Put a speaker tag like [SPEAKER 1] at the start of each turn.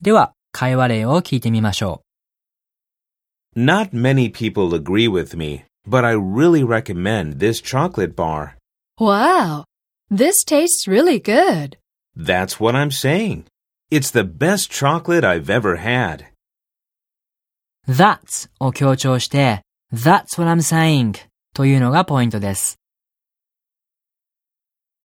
[SPEAKER 1] では、会話例を聞いてみましょ
[SPEAKER 2] Not many people agree with me, but I really recommend this chocolate bar.
[SPEAKER 3] Wow, this tastes really good.
[SPEAKER 2] That's what I'm saying. It's the best chocolate I've ever had.
[SPEAKER 1] う。that's を強調して、that's what I'm saying というのがポイントです。